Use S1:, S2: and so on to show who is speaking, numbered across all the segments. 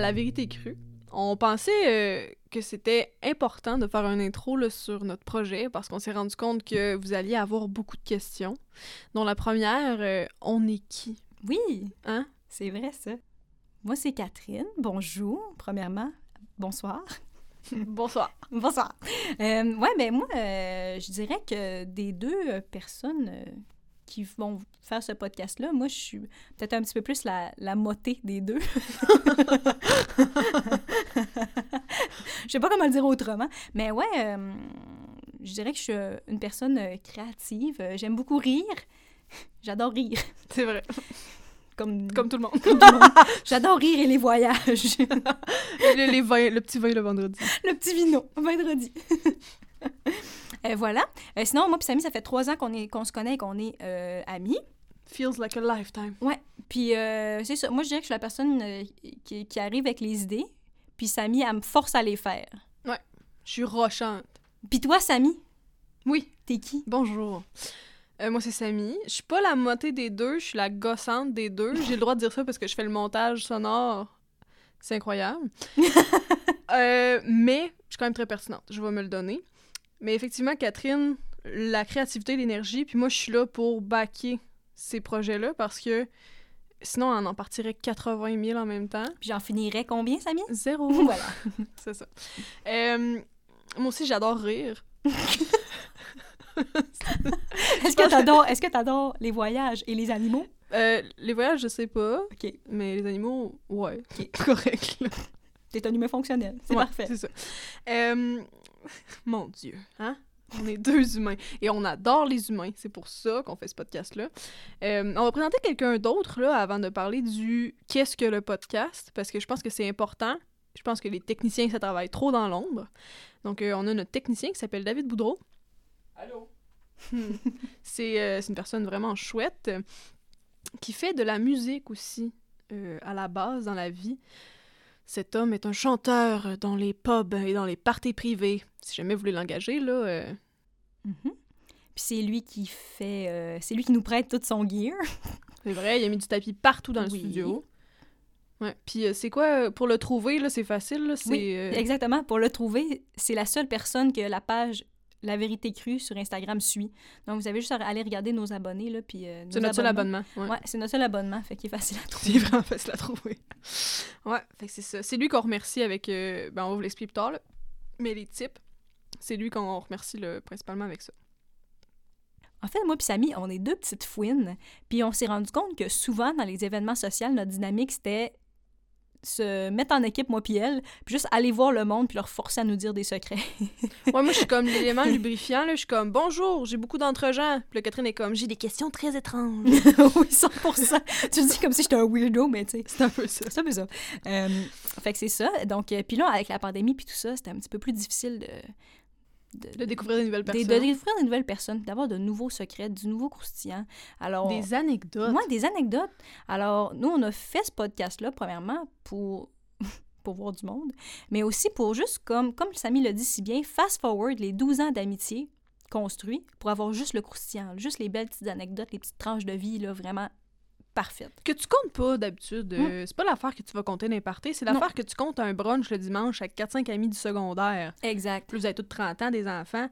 S1: la vérité crue. On pensait euh, que c'était important de faire un intro là, sur notre projet parce qu'on s'est rendu compte que vous alliez avoir beaucoup de questions, dont la première, euh, on est qui?
S2: Oui,
S1: Hein?
S2: c'est vrai ça. Moi, c'est Catherine. Bonjour, premièrement. Bonsoir.
S1: Bonsoir.
S2: Bonsoir. Euh, ouais, ben moi, euh, je dirais que des deux euh, personnes euh, qui vont faire ce podcast-là, moi, je suis peut-être un petit peu plus la, la motée des deux. Je sais pas comment le dire autrement, mais ouais, euh, je dirais que je suis euh, une personne euh, créative. Euh, J'aime beaucoup rire. J'adore rire.
S1: C'est vrai,
S2: Comme,
S1: comme tout le monde.
S2: comme tout le monde. J'adore rire et les voyages.
S1: le, les vins- le petit vin le vendredi.
S2: le petit vino, vendredi. Euh, voilà. Euh, sinon, moi puis Samy, ça fait trois ans qu'on est- qu'on se connaît et qu'on est euh, amis.
S1: Feels like a lifetime.
S2: Puis euh, c'est ça. Moi, je dirais que je suis la personne euh, qui, qui arrive avec les idées. Puis Samy, elle me force à les faire.
S1: Je suis rochante.
S2: Puis toi, Samy,
S1: Oui,
S2: t'es qui?
S1: Bonjour. Euh, moi, c'est Samy. Je suis pas la motée des deux, je suis la gossante des deux. J'ai le droit de dire ça parce que je fais le montage sonore. C'est incroyable. Euh, mais je suis quand même très pertinente, je vais me le donner. Mais effectivement, Catherine, la créativité, l'énergie, puis moi, je suis là pour baquer ces projets-là parce que sinon, on en partirait 80 000 en même temps.
S2: Puis j'en finirais combien, Samy?
S1: Zéro.
S2: voilà.
S1: C'est ça. Euh, moi aussi, j'adore rire.
S2: Est-ce que t'adores est-ce que t'adores les voyages et les animaux?
S1: Euh, les voyages, je sais pas.
S2: OK.
S1: Mais les animaux, ouais, correct. là.
S2: T'es un humain fonctionnel. C'est
S1: Ouais,
S2: parfait.
S1: C'est ça. Euh, mon Dieu, hein? On est deux humains et on adore les humains. C'est pour ça qu'on fait ce podcast-là. Euh, on va présenter quelqu'un d'autre là avant de parler du qu'est-ce que le podcast parce que je pense que c'est important. Je pense que les techniciens ça travaille trop dans l'ombre. Donc euh, on a notre technicien qui s'appelle David Boudreau. Allô. c'est euh, c'est une personne vraiment chouette euh, qui fait de la musique aussi euh, à la base dans la vie. Cet homme est un chanteur dans les pubs et dans les parties privées. Si jamais vous voulez l'engager, là, euh,
S2: Mhm. Puis c'est lui qui fait... euh, c'est lui qui nous prête tout son gear.
S1: c'est vrai, il a mis du tapis partout dans le
S2: Oui.
S1: studio. Ouais. Puis euh, c'est quoi, euh, pour le trouver, là, c'est facile, là, c'est...
S2: Oui,
S1: euh,
S2: Exactement. Pour le trouver, c'est la seule personne que la page La Vérité Crue sur Instagram suit. Donc, vous avez juste à aller regarder nos abonnés, là, puis... euh,
S1: c'est
S2: nos
S1: notre seul
S2: abonnements.
S1: abonnement. ouais.
S2: Ouais, c'est notre seul abonnement, fait qu'il est facile à
S1: C'est vraiment facile à trouver. ouais, fait que c'est ça. C'est lui qu'on remercie avec... euh, ben, on va vous l'expliquer plus tard, là. Mais les types, c'est lui qu'on remercie là, principalement avec ça.
S2: En fait, moi puis Samy, on est deux petites fouines, puis on s'est rendu compte que souvent dans les événements sociaux, notre dynamique c'était se mettre en équipe moi puis elle, puis juste aller voir le monde puis leur forcer à nous dire des secrets.
S1: Ouais, moi, je suis comme l'élément lubrifiant, là. Je suis comme « Bonjour, j'ai beaucoup d'entre-gens ». Puis là, Catherine est comme « J'ai des questions très étranges ».
S2: oui, 100%. tu le dis comme si j'étais un weirdo, mais tu sais.
S1: C'est un peu ça.
S2: C'est un peu ça. Euh, fait que c'est ça. Donc, euh, puis là, avec la pandémie puis tout ça, c'était un petit peu plus difficile de... de-
S1: De découvrir des nouvelles
S2: de-
S1: personnes.
S2: de découvrir de nouvelles personnes, d'avoir de nouveaux secrets, du nouveau croustillant. Alors,
S1: Des anecdotes.
S2: Moi, des anecdotes. Alors, nous, on a fait ce podcast-là, premièrement, pour, pour voir du monde, mais aussi pour juste, comme, comme Samy l'a dit si bien, fast-forward les 12 ans d'amitié construits pour avoir juste le croustillant, juste les belles petites anecdotes, les petites tranches de vie, là, vraiment parfaites.
S1: Que tu comptes pas d'habitude. euh, C'est pas l'affaire que tu vas compter n'importe c'est l'affaire que tu comptes à un brunch le dimanche avec 4-5 amis du secondaire.
S2: Exact.
S1: Puis vous avez tous 30 ans, des enfants.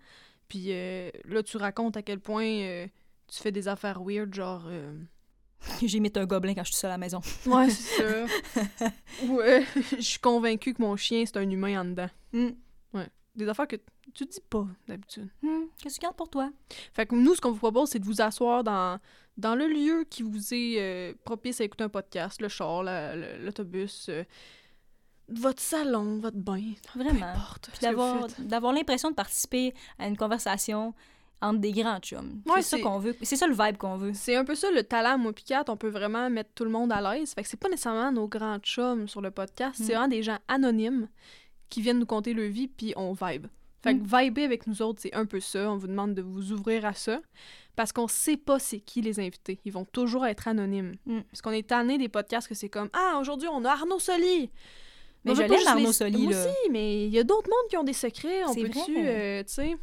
S1: Puis euh, là, tu racontes à quel point euh, tu fais des affaires weird, genre. euh,
S2: J'imite un gobelin quand je suis seule à la maison.
S1: Ouais, c'est ça. Ou euh, je suis convaincue que mon chien, c'est un humain en dedans.
S2: Hmm.
S1: Des affaires que tu dis pas d'habitude.
S2: Hmm, Qu'est-ce que tu gardes pour toi?
S1: Fait que nous, ce qu'on vous propose, c'est de vous asseoir dans, dans le lieu qui vous est euh, propice à écouter un podcast, le char, la- le- l'autobus, euh, votre salon, votre bain,
S2: Vraiment.
S1: peu importe.
S2: Puis
S1: ce que vous
S2: d'avoir
S1: faites.
S2: d'avoir l'impression de participer à une conversation entre des grands chums.
S1: Ouais,
S2: c'est ça
S1: c'est-
S2: qu'on veut. C'est ça le vibe qu'on veut.
S1: C'est un peu ça le talent, moi, Picate. On peut vraiment mettre tout le monde à l'aise. Fait que c'est pas nécessairement nos grands chums sur le podcast,
S2: Mm.
S1: c'est vraiment des gens anonymes qui viennent nous conter leur vie, puis on vibe. Fait que
S2: Mm.
S1: vibrer avec nous autres, c'est un peu ça. On vous demande de vous ouvrir à ça. Parce qu'on sait pas c'est qui les invités. Ils vont toujours être anonymes.
S2: Mm.
S1: Parce qu'on est tanné des podcasts que c'est comme Ah, aujourd'hui, on a Arnaud Soli.
S2: Mais
S1: On
S2: je
S1: veut pas
S2: l'aime,
S1: juste
S2: Arnaud
S1: les-
S2: Soli,
S1: Moi
S2: là.
S1: aussi, mais il y a d'autres mondes qui ont des secrets. On
S2: C'est
S1: peut-tu,
S2: vrai.
S1: euh, tu sais.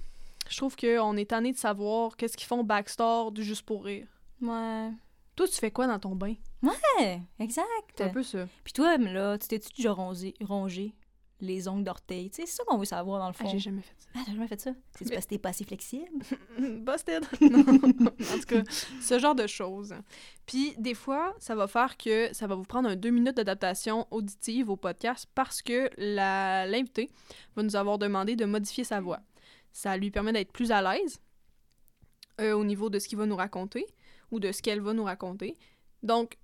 S1: Je trouve qu'on est tanné de savoir qu'est-ce qu'ils font backstore du juste pour rire.
S2: Ouais.
S1: Toi, tu fais quoi dans ton bain?
S2: Ouais, exact.
S1: C'est un peu ça.
S2: Puis toi, mais là, tu t'es-tu déjà rongé, rongé les ongles d'orteil? Tu sais, c'est ça qu'on veut savoir dans le
S1: Ah,
S2: fond.
S1: j'ai jamais fait ça.
S2: Ah, j'ai jamais fait ça. C'est
S1: Mais-
S2: parce que t'es pas assez flexible.
S1: Busted! Non. en tout cas, ce genre de choses. Puis, des fois, ça va faire que ça va vous prendre un deux minutes d'adaptation auditive au podcast parce que la- l'invité va nous avoir demandé de modifier sa voix. Ça lui permet d'être plus à l'aise euh, au niveau de ce qu'il va nous raconter ou de ce qu'elle va nous raconter. Donc,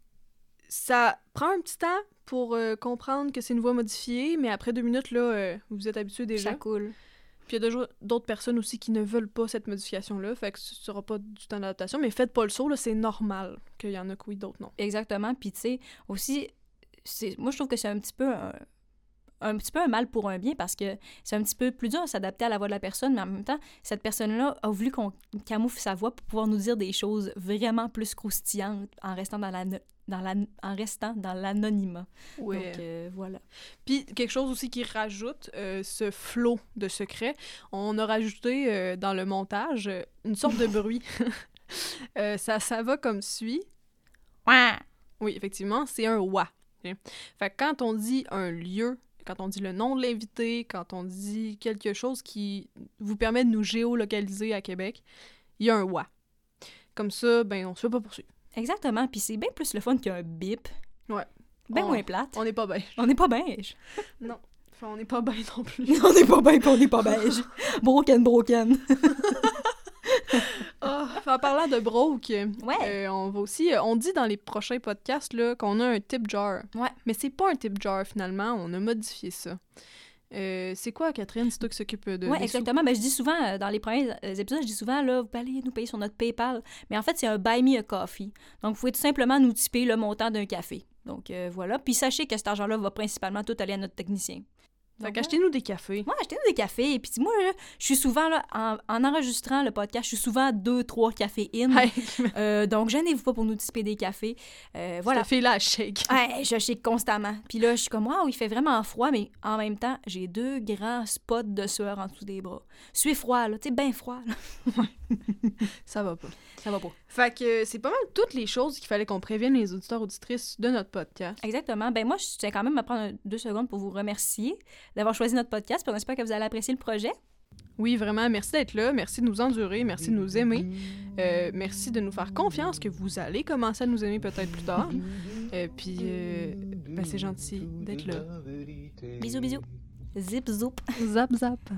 S1: ça prend un petit temps pour euh, comprendre que c'est une voix modifiée, mais après deux minutes, là, euh, vous êtes habitué déjà.
S2: Ça coule.
S1: Puis il y a toujours d'autres personnes aussi qui ne veulent pas cette modification-là, fait que ce sera pas du temps d'adaptation, mais faites pas le saut, là, c'est normal qu'il y en a que oui, d'autres non.
S2: Exactement. Puis tu sais, aussi, c'est- moi je trouve que c'est un petit peu un, un petit peu un mal pour un bien parce que c'est un petit peu plus dur à s'adapter à la voix de la personne, mais en même temps, cette personne-là a voulu qu'on camoufle sa voix pour pouvoir nous dire des choses vraiment plus croustillantes en restant dans la dans la, en restant dans l'anonymat. Donc euh, voilà.
S1: Puis quelque chose aussi qui rajoute euh, ce flot de secrets, on a rajouté euh, dans le montage euh, une sorte de bruit. Euh, ça, ça va comme suit. Oui, effectivement, c'est un wa. ok? Fait que quand on dit un lieu, quand on dit le nom de l'invité, quand on dit quelque chose qui vous permet de nous géolocaliser à Québec, il y a un wa. Comme ça, ben on se fait pas poursuivre.
S2: Exactement. Puis c'est bien plus le fun qu'un bip.
S1: Ouais.
S2: Bien
S1: On-
S2: moins plate.
S1: On n'est pas beige.
S2: On n'est pas beige.
S1: Non. Enfin, on n'est pas beige non plus.
S2: on n'est pas beige, puis on n'est pas beige. broken, broken.
S1: Ah, en parlant de broke,
S2: Ouais.
S1: euh, on va aussi, euh, on dit dans les prochains podcasts là, qu'on a un tip jar.
S2: Ouais.
S1: Mais c'est pas un tip jar finalement, on a modifié ça. Euh, c'est quoi, Catherine, c'est toi qui s'occupe de
S2: Oui,
S1: des sous?
S2: exactement. Ben, je dis souvent, euh, dans les premiers euh, épisodes, je dis souvent, là, vous pouvez aller nous payer sur notre PayPal. Mais en fait, c'est un Buy Me a Coffee. Donc, vous pouvez tout simplement nous typer le montant d'un café. Donc, euh, voilà. Puis, sachez que cet argent-là va principalement tout aller à notre technicien.
S1: Fait
S2: Donc,
S1: qu'achetez-nous des cafés.
S2: Moi, acheter des cafés. Et puis, moi, là, je suis souvent, là, en, en enregistrant le podcast, je suis souvent à deux, trois cafés in. Euh, donc, gênez-vous pas pour nous typer des cafés. Euh, voilà.
S1: Cette fille-là, elle shake.
S2: Ouais, je shake constamment. Puis là, je suis comme, waouh, il fait vraiment froid, mais en même temps, j'ai deux grands spots de sueur en dessous des bras. Suis froid, là, tu sais, bien froid, là.
S1: Ça va pas.
S2: Ça va pas.
S1: Fait que euh, c'est pas mal toutes les choses qu'il fallait qu'on prévienne les auditeurs auditrices de notre podcast.
S2: Exactement. Ben moi, je tiens quand même à prendre deux secondes pour vous remercier d'avoir choisi notre podcast, puis on espère que vous allez apprécier le projet.
S1: Oui, vraiment, merci d'être là, merci de nous endurer, merci de nous aimer, euh, merci de nous faire confiance que vous allez commencer à nous aimer peut-être plus tard. Euh, puis, euh, ben, c'est gentil d'être là.
S2: Bisous, bisous. Zip, zoup.
S1: Zap, zap.